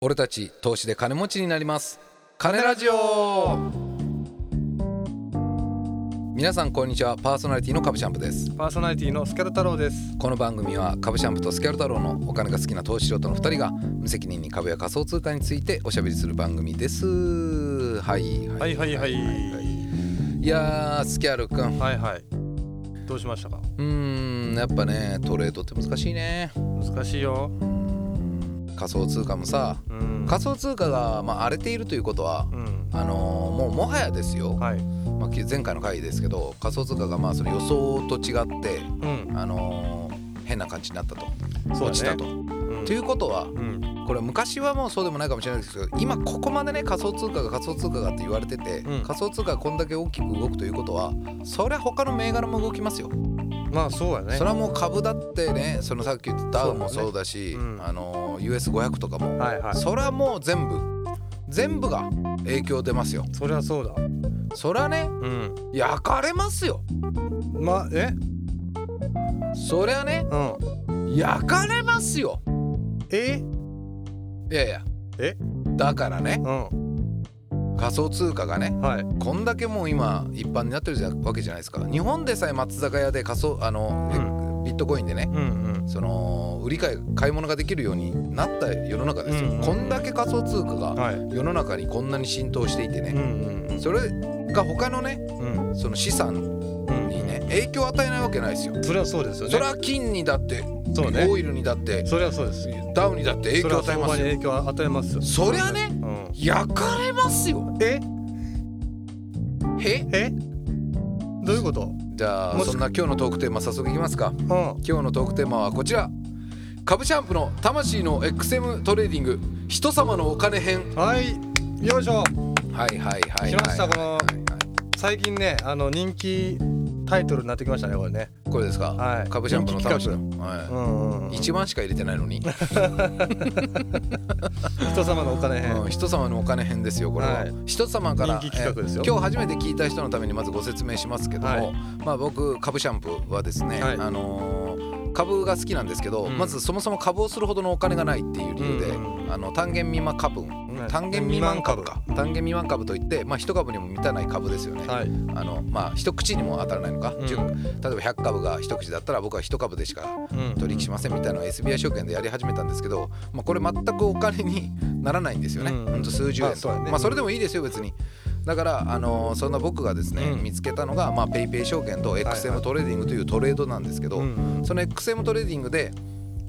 俺たち投資で金持ちになります金ラジオ皆さんこんにちはパーソナリティの株シャンプですパーソナリティのスキャル太郎です。この番組は株シャンプとスキャル太郎のお金が好きな投資素人の2人が無責任に株や仮想通貨についておしゃべりする番組ですはいはいはいはいいやースキャルくんうはいはい。どうしましたか。ーんやっぱねトレードって難しいね難しいよ。うん仮想通貨もさうん。仮想通貨がまあ荒れているということはうん。あのーもうもはやですよ、はい。まあ、き前回の会議ですけど仮想通貨がまあそれ予想と違って、うん。あのー変な感じになったと、そうだね落ちたと。うんということはうん。これ昔はもうそうでもないかもしれないですけど今ここまでね仮想通貨が仮想通貨がって言われてて、うん仮想通貨がこんだけ大きく動くということはそりゃ他の銘柄も動きますよ。まあそうだねそれ。はもう株だってねそのさっき言ったダウもそうだしそうだねうんあのー US500 とかも、はいはい。そりゃもう全部全部が影響出ますよ。そりゃそうだ。そりゃねうん。焼かれますよ。まあえ？そりゃねうん。焼かれますよえ？いやいやえだからねうん。仮想通貨がねはい。こんだけもう今一般になってるじゃわけじゃないですか日本でさえ松坂屋で仮想あの、うビットコインでねうんうん。その売り買い買い物ができるようになった世の中ですよ、うんうんうんこんだけ仮想通貨がはい。世の中にこんなに浸透していてうんうね、んそれが他のねうん。うんその資産うん。にね影響を与えないわけないですよそれはそうですよね。それは金にだって、そうねオ。イルにだってそれはそうです。ダウにだって影響を与えますそれは相場によ影響を与えますよ。そりゃねうん。焼かれますよえ？へえ？どういうこと？じゃあもしそんな今日のトークテーマ早速いきますかうん。今日のトークテーマはこちら株シャンプの魂の XM トレーディング人様のお金編はい。よいしょ。はいはいはいはい来ましたはいこのはいはい最近ねあの人気タイトルになってきましたねこれねこれですか、はい株シャンプの魂人の、うはんうんうんい、1番しか入れてないのに、人様のお金編、うん、人様のお金編ですよこれは、はい人様から人気企画ですよえー今日初めて聞いた人のためにまずご説明しますけども、はいまあ僕株シャンプーはですね、はいあのー株が好きなんですけど、うんまずそもそも株をするほどのお金がないっていう理由で、うんうんあの単元未満株、い単元未満株か未満株単元未満株といってまあ一株にも満たない株ですよね、はいあのまあ一口にも当たらないのか、うん10例えば100株が一口だったら僕は一株でしかうん取引しませんみたいなのを SBI 証券でやり始めたんですけど、まあ、これ全くお金にならないんですよね、うんほんと数十円まあとそうか、だねまあ、それでもいいですよ別にだから、あのーそんな僕がですね、うん見つけたのが、まあ、ペイペイ証券といはい XM トレーディングというトレードなんですけど、うんその XM トレーディングで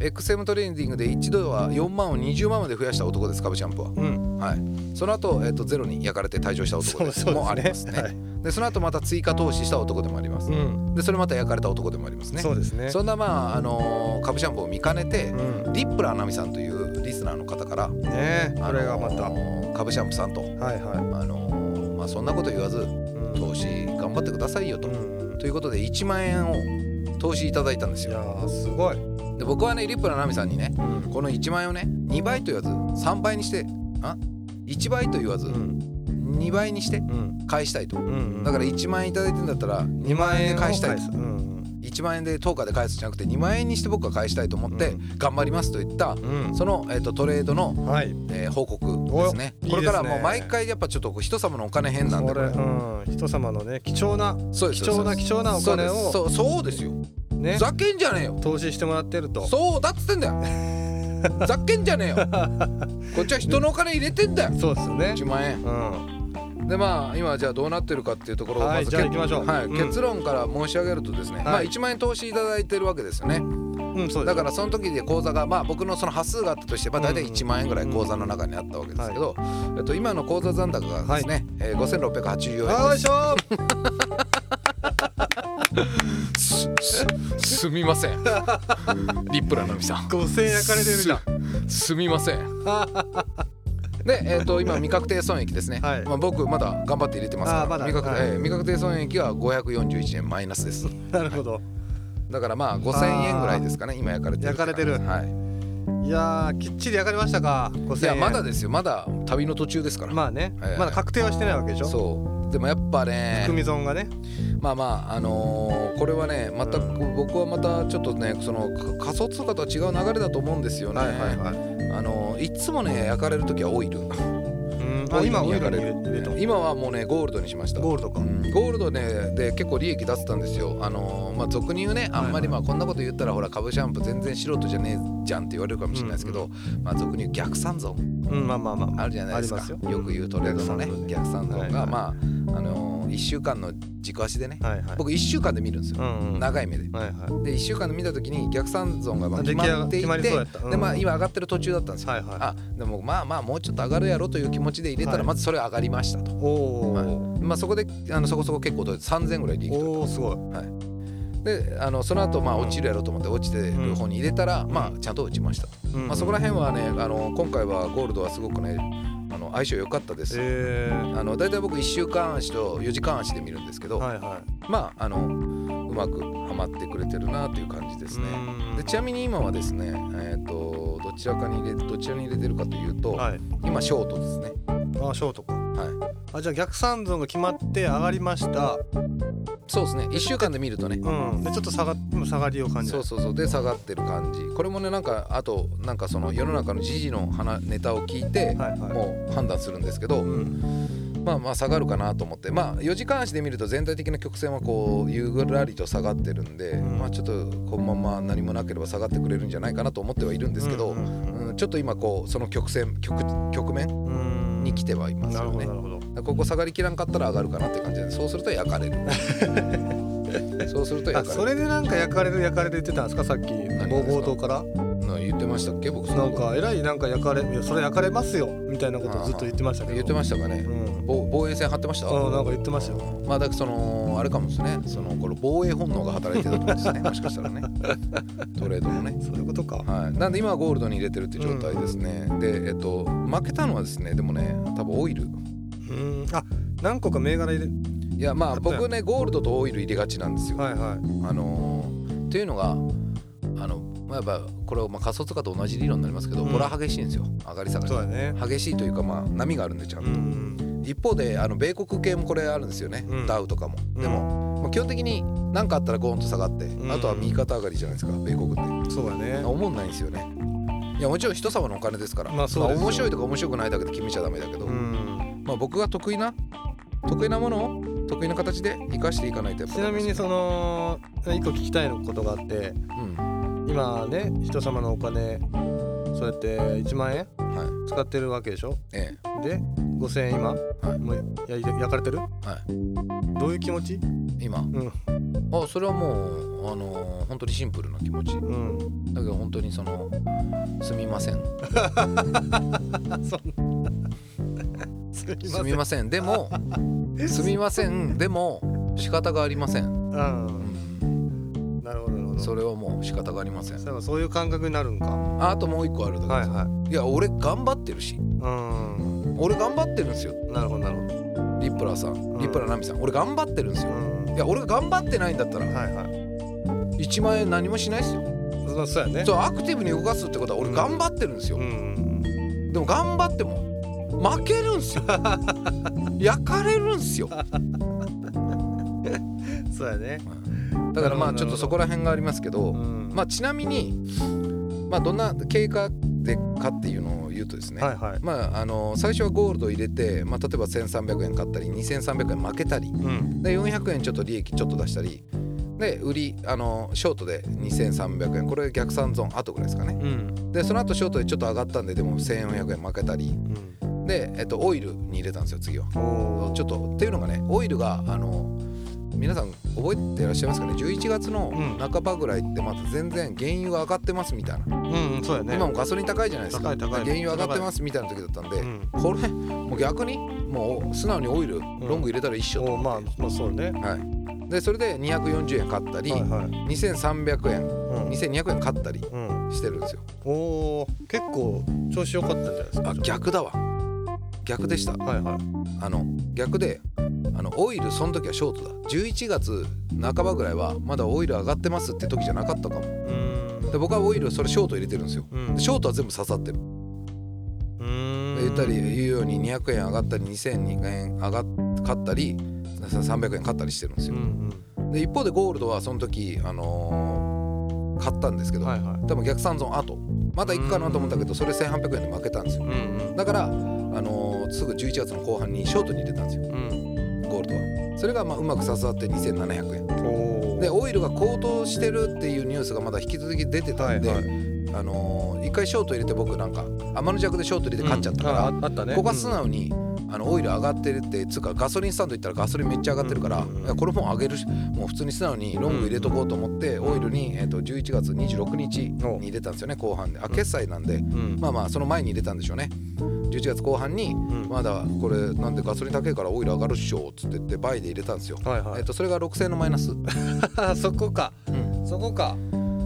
XM トレーディングで一度は4万を20万まで増やした男です株シャンプーは。うんはい、その後、えっとゼロに焼かれて退場した男ですそうそうですねもありますね、はいでその後また追加投資した男でもあります、うんでそれまた焼かれた男でもありますねそうですねそんなまああのー株シャンプーを見かねて、うんリップラーなみさんというリスナーの方からねあのーこれがまたは株シャンプーさんと、いはあのーまあ、そんなこと言わずいうん投資頑張ってくださいよと、うんうんということで1万円を投資いただいたんですいやよーすごいで僕はねリップラーなみさんにねうんこの1万円をね2倍と言わず3倍にしてあ1倍と言わずうん2倍にしてうん返したいとうんだから1万円いただいてんだったら2 2万万円円でを返したい返すうん1万円で10日で返すじゃなくて2万円にして僕は返したいと思ってう頑張りますと言ったうんその、えー、とトレードの、はいえー報告ですねおいいですねこれからはもう毎回やっぱちょっとこう人様のお金変なんでこれこれうん人様のね貴重なそうです貴重な貴重なお金をそうですそうそうですよねざけんじゃねえよ投資してもらってるとそうだっつってんだ よざけんじゃねえよこっちは人のお金入れてんだよそうですよね1万円うんでまあ今じゃあどうなってるかっていうところをはいまずじゃあけ行きましょうはいうん結論から申し上げるとですね、まあ1万円投資いただいてるわけですよねうんそうでだすからその時で口座がまあ僕のその端数があったとしてまあ大体うん1万円ぐらい口座の中にあったわけですけど、えっと、今の口座残高がですね、えー5684円あーよでいし ょすすすみませんリップラのみさん5000円焼かれてるじゃんすすみませんで、えっと今未確定損益ですね、はいまあ、僕まだ頑張って入れてますからあーまだ未確,、はいえー未確定損益は541円マイナスですなるほどだからまあ5000円ぐらいですかね今焼かれてるって感じ焼かはいやーきっちり焼かれましたかい、 5000いや円まだですよまだ旅の途中ですからまあね、はいはいまだ確定はしてないわけでしょそうでもやっぱね組損がねまあまああのーこれはね全くう僕はまたちょっとねそのか仮想通貨とは違う流れだと思うんですよね、はいあのいっつもね焼かれる時はオイルうんオイルあに今オイ焼かルれにる入れた今はもうねゴールドにしましたゴールドかうんゴールドねで結構利益出せたんですよあのーまあ俗に言うねあんまりまあこんなこと言ったらほら株シャンプー全然素人じゃねえじゃんって言われるかもしれないですけど、まあ俗に言う逆三尊うんまあまあまああるじゃないですかありよますよく言うトレードのね逆三尊はいがはいまああの1週間の軸足でねはいはい僕1週間で見るんですうよんうんはい長い目で。はいで1週間で見た時に逆三尊がまああ決まってい出来上が決まりてそうやったうんでまあ今上がってる途中だったんですよ。はいはあでもまあまあもうちょっと上がるやろという気持ちで入れたはらいまずそれ上がりましたと。いおはいーまあ、そこであのそこそこ結構取れて3000ぐらい利益取れおーすごいてであのその後まあ落ちるやろうと思って落ちてる方に入れたら、まあちゃんと打ちましたと、まあ、そこらへん辺はねあの今回はゴールドはすごくねあの相性良かったです、えーあの大体僕1週間足と4時間足で見るんですけど、はいはまああのうまくはまってくれてるなという感じでいすね、うんでちなみに今はですね、えー、とどちらかに入れどちらに入れてるかというと、はい今ショートですねあショートかはいあじゃあ逆三尊が決まって上がりましたそうですね1週間で見るとねうんでちょっと下が今下がりを感じそうそうそうで下がってる感じこれもねなんかあとなんかその世の中の時事の話ネタを聞いて、はいはいもう判断するんですけど、うんまあまあ下がるかなと思ってまあ4時間足で見ると全体的な曲線はこうゆぐらりと下がってるんで、うんまあちょっとこのまま何もなければ下がってくれるんじゃないかなと思ってはいるんですけど、ううんうんうんんちょっと今こうその曲線曲局面うんに来てはいますなるよほねどな。るほどだからここ下がりきらんかったら上がるかなって感じでそうすると焼か れるそうするとあ焼かそれるれでなんか焼かれる焼かれる言ってたんですかさっき何がですか冒頭からな言ってましたっけ僕そなのんかえらいなんか焼かれいやそれ焼かれますよみたいなことをずっと言ってましたけど言ってましたかね、うんぼ防衛線張ってましたあなんか言ってましたよまあだからそのあれかもですねそのこの防衛本能が働いてたと思うん ですねもしかしたらねトレードもねそういうことかはい、なんで今はゴールドに入れてるって状態ですね、でえっと負けたのはですねでもね多分オイルうんあ何個か銘柄入れいやまあ買ったよ僕ねゴールドとオイル入れがちなんですよ、はいはいあのーっていうのがあの、まあ、やっぱこれはまあ仮想通貨と同じ理論になりますけど、うんこれは激しいんですよ上がり下がりそうだね激しいというかまあ波があるんでちゃんうと、ん一方であの米国系もこれあるんですよね、うんダウとかも、うんでも、まあ基本的に何かあったらゴーンと下がって、んあとは右肩上がりじゃないですか米国ってそうだね思んないんですよねいやもちろん人様のお金ですから、まあそうですよ面白いとか面白くないだけで決めちゃダメだけど、うんまあ僕が得意な得意なものを得意な形で生かしていかないとやっぱちなみにその、の一個聞きたいことがあっうてん今ね人様のお金そうやって1万円はい使ってるわけでしょえで5000円今、いもうや焼かれてる、どういう気持ちえ、今うんあそれはもう、あのー本当にシンプルな気持ちだうんけど本当にその「すみません」そんなす「みすませみんません」で も「すみません」でも仕方がありません、うんなるほどなるほどそれはもう仕方がありませんそういえばそういう感覚になるんかはああともう一個あるだいけ、い、はや俺頑張ってるしいうん俺頑張ってるんですよなるほどなるほどリップラーさんリップラー奈美さん俺頑張ってるんですようんいや俺が頑張ってないんだったらはいはい1万円何もしないですよそそうやねそうアクティブに動かすってことは俺頑張ってるんですよ、うんでも頑張っても負けるん すよ焼かれるんすよそうやねだからまあなるほどちょっとそこら辺がありますけど、んまあちなみにまあどんな経過でかっていうのを言うとですね、はいはいまああの最初はゴールドを入れて、まあ、例えば1,300円買ったり2,300円負けたりうんで400円ちょっと利益ちょっと出したりで売りあのショートで2,300円これ逆算ゾーン後ぐらいですかねうんでその後ショートでちょっと上がったんででも1,400円負けたりうんで、えっと、オイルに入れたんですよ次は。おーちょっとっていうのがねオイルがあの皆さん覚えてらっしゃいますかね11月のうん半ばぐらいってまず全然原油が上がってますみたいな、うんうんそうやね今もガソリン高いじゃないですか高い高い原油上がってますみたいな時だったんで、うんこれもう逆にもう素直にオイルロング入れたら一緒とおー思まっあて、まあそうねはい、でそれで240円買ったり、はいはい2300円うん2200円買ったりうんしてるんですよおー結構調子良かったんじゃないですかあ逆だわ逆でしたはいはいあの逆であのオイルその時はショートだ11月半ばぐらいはまだオイル上がってますって時じゃなかったかもうんで僕はオイルそれショート入れてるんですようんでショートは全部刺さってるで言言ったり言うように200円上がったり2000円上がっ買ったり300円買ったりしてるんですうよんで一方でゴールドはその時あのー買ったんですけうんどはいはい多分逆三損後また行くかなと思ったけどそれ1800円で負けたんですようんうんだから、あのーすぐ11月の後半にショートに入れたんですようんゴールドはそれがまあうまく刺さって2700円おーでオイルが高騰してるっていうニュースがまだ引き続き出てたんで、はいはあのー一回ショート入れて僕なんか天の弱でショート入れて勝っちゃったから、うんああったねここは素直に、あのオイル上がってるってつうかガソリンスタンド行ったらガソリンめっちゃ上がってるから、うんうんうんいやこれもう上げるしもう普通に素直にロング入れとこうと思って、オイルに、えー、と11月26日に入れたんですよね後半であ決済なんで、うんうんまあまあその前に入れたんでしょうね11月後半に、うんまだこれなんでガソリン高いからオイル上がるっしょっつって言ってバイで入れたんですよ、はいはえいっとそれが6000のマイナス、あ そこかそこか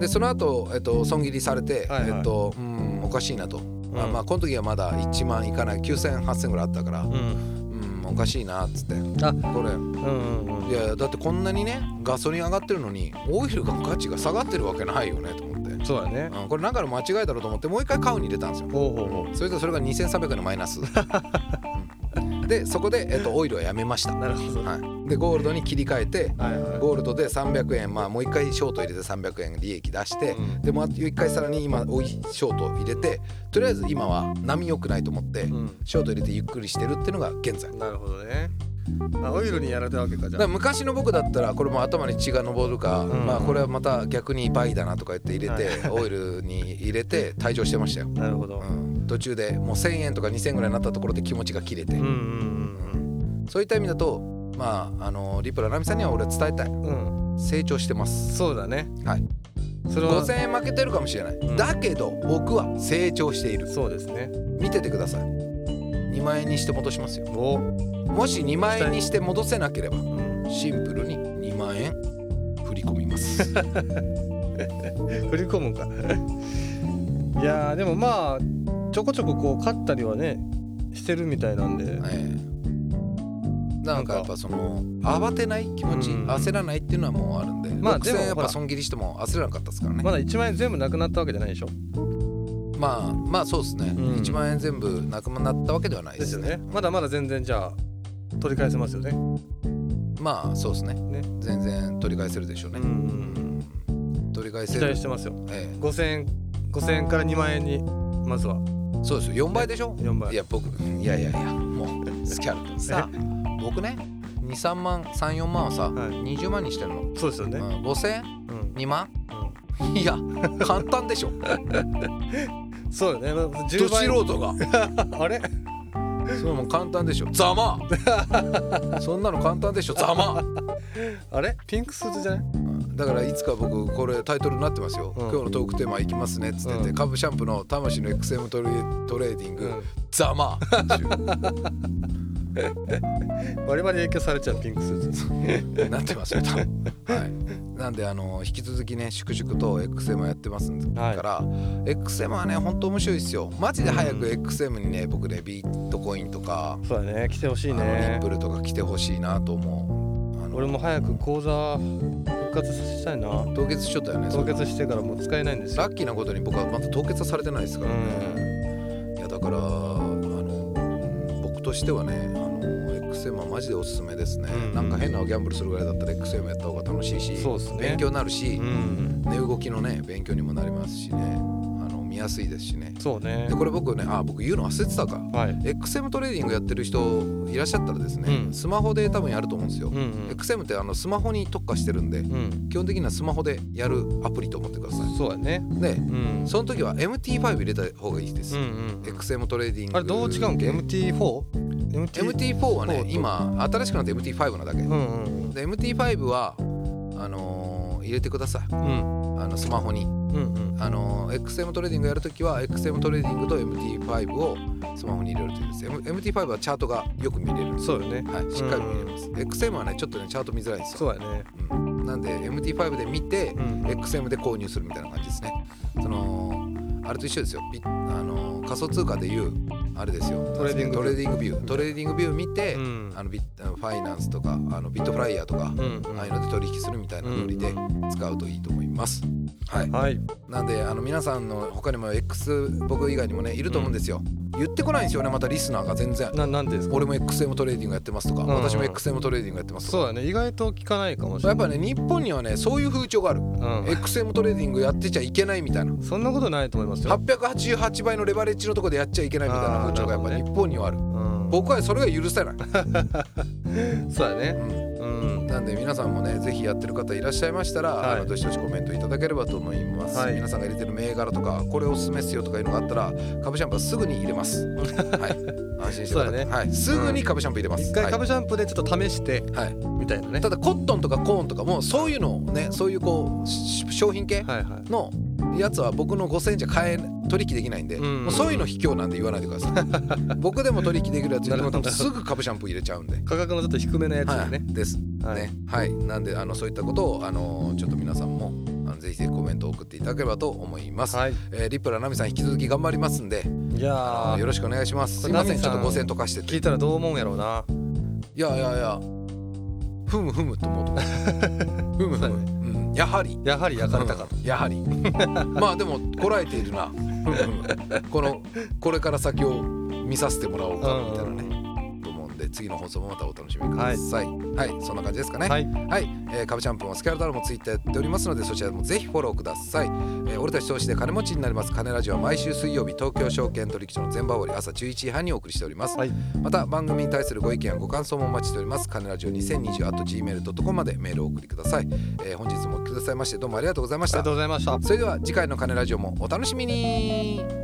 でその後、えっと損切りされて、はいはいえっとうんおかしいなと、まあうんまあこの時はまだ1万いかない90008000ぐらいあったからうんうんおかしいなっつってあこれうんうんうんいやいやだってこんなにねガソリン上がってるのにオイルが価値が下がってるわけないよねと思って、うそうだねん、これなんかの間違いだろうと思ってもう一回買うに入れたんですよほうほうほそれとそれが2300円のマイナ ス、うんでそこで、えっとオイルはやめました、うなるほどはいはい、でゴールドに切り替えてはいゴールドで300円まあもう一回ショート入れて300円利益出して、うんでもう一回さらに今おいショート入れてとりあえず今は波良くないと思って、うんショート入れてゆっくりしてるっていうのが現在。なるほどねあオイルにやられたわけかじだゃかあら昔の僕だったらこれも頭に血が上るか、うんまあこれはまた逆に倍だなとか言って入れて、 オイルに入れて退場してましたよ、なるほどうん、途中でもう1,000円とか2,000円ぐらいになったところで気持ちが切れて、うんうんそういった意味だとまああのリプラナミさんには俺は伝えたいうんうん成長してますそうだねはいそれは5,000円負けてるかもしれない、うんだけど僕は成長しているそうですね見ててください2万円にして戻しますよおもし2万円にして戻せなければうんシンプルに2万円振り込みます 振り込むんか いやーでもまあちょこちょここう勝ったりはねしてるみたいなんでええなんかやっぱその慌てない気持ち、うん焦らないっていうのはもうあるんで、まあでも6000円やっほぱら損切りしても焦らなかったですからねまだ1万円全部なくなったわけじゃないでしょまあまあそうですね、うん1万円全部なくなったわけではないでですすよねねまだまだ全然じゃあ取り返せますよねまあそうですねね全然取り返せるでしょうね、ん取り返せ期る待してますよええ5000円5000円から2万円にまずはそうですよ4倍でしょ4倍いや僕いやいやいやもうスキャルプさ僕ね23万34万をさ、はい20万にしてるの、そうですよねう、ん、5000円うん2万い や簡単でしょうんそうよねまあど10素倍人があれそれもう簡単でしょざ まあそんなの簡単でしょざまああれピンクスーツじゃないうんだからいつか僕これタイトルになってますよ、うん今日のトークテーマいきますねっつってて、うん株シャンプーの魂の XM トレトレーディング、うんざまあ我々影響されちゃうピンクスーツなってますよ多 分、はい、なんであの引き続きね粛々と XM やってますはいから、XM はね本当面白いですよマジで早くう XM にね僕ねビットコインとかそうだね来てほしいあのリッねプルとか来てほしいなと思うあの俺も早く口座復活させたいな凍結しちゃったよねそ凍れ結してからもう使えないんですよラッキーなことに僕はまだ凍結はされてないですからね、いやだからあのうん僕としてはねあの XM はマジでおすすめですね、うんなんか変なギャンブルするぐらいだったら XM やった方が楽しいし、そうですね勉強になるしう、ん値動きのね勉強にもなりますしねあの見やすいですしねそうねでこれ僕ねあ僕言うの忘れてたかはい XM トレーディングやってる人いらっしゃったらですね、うんスマホで多分やると思うんですよ、うん XM ってあのスマホに特化してるんでうんうん基本的にはスマホでやるアプリと思ってくださそうだねいでうんその時は MT5 入れた方がいいです、うんうん XM トレーディングあれどう違うんけ MT4?MT MT4 はねそう今新しくなって MT5 なだけでうんうん MT5 はあのー入れてくださいうんあのスマホに、うんうんあのー XM トレーディングやるときは XM トレーディングと MT5 をスマホに入れるといいです M- MT5 はチャートがよく見れるんですそうよねはい、しっかり見れます XM はねちょっとねチャート見づらいんですよ、そうだねうんなんで MT5 で見て、うんうん XM で購入するみたいな感じですねそのあれと一緒ですよピあの仮想通貨でいうあれですよトレーディングトレーディングビュートレーディングビュー見て、うんあのビッあのファイナンスとかあのビットフライヤーとか、うんうんああいうので取引するみたいなノリで使うといいと思います、はい、はいなんであの皆さんの他にも X 僕以外にもねいると思うんですよ、言ってこないんですよねまたリスナーが全然ななんでですか俺も XM トレーディングやってますとか、うん私も XM トレーディングやってますとかそうだね意外と聞かないかもしやれっぱね日本にはねそういう風潮がある、ない、 XM トレーディングやってちゃいけないみたいなうん、そんなことないと思いますよ、 888倍のレバレッジのとこでやっちゃいけないみたいな風潮がやっぱあーなる日ほ本にはあるうん、僕はそれが許せない、そうだねううんん、なんで皆さんもねぜひやってる方いらっしゃいましたら、はいあのどしどしコメントいただければと思います、はい皆さんが入れてる銘柄とかこれおすすめっすよとかいうのがあったら株シャンプーはすぐに入れます、はい、安心してくださそうだい、ねはい、すぐに株シャンプー入れます、一回はい株ジャンプでちょっと試してはいみたいなねただコットンとかコーンとかもそういうのをねそういうこうし商品系はいはいのやつは僕の5000円じゃ買え取引できないんで、うんもうそういうの卑怯なんで言わないで ください僕でも取引できるやつ言っても多分すぐ株シャンプー入れちゃうんで。価格のちょっと低めのやつはでい、ね、ですはいねはい、なんであのそういったことをあのちょっと皆さんもあのぜひぜひコメントを送っていただければと思います、はい、えーリップラナミさん引き続き頑張りますんでいやあーのよろしくお願いしますこすいれませんちナょっミさんと5000とかしてて聞いたらどう思うんやろうないやいやいやふむふむと思うと ふむふそうだむ、うん、やはりやはり焼かれたかと、うんやは りまあでもこらえているなふむふむこのこれから先を見させてもらおうかみたいなね、と思うんで次の放送もまたお楽しみくださいはい、そんな感じですかねはいはい、えー、カブチャンプもスキャルダルもツイッターやっておりますのでそちらもぜひフォローください、えー俺たち投資で金持ちになります金ラジオは毎週水曜日東京証券取引所の全場折り朝11時半にお送りしております、はいまた番組に対するご意見やご感想もお待ちしております金ラジオ 2020.gmail.com までメールをお送りください、えー本日もお聞きくださいましてどうもありがとうございましありたがとうございましたそれでは次回の金ラジオもお楽しみに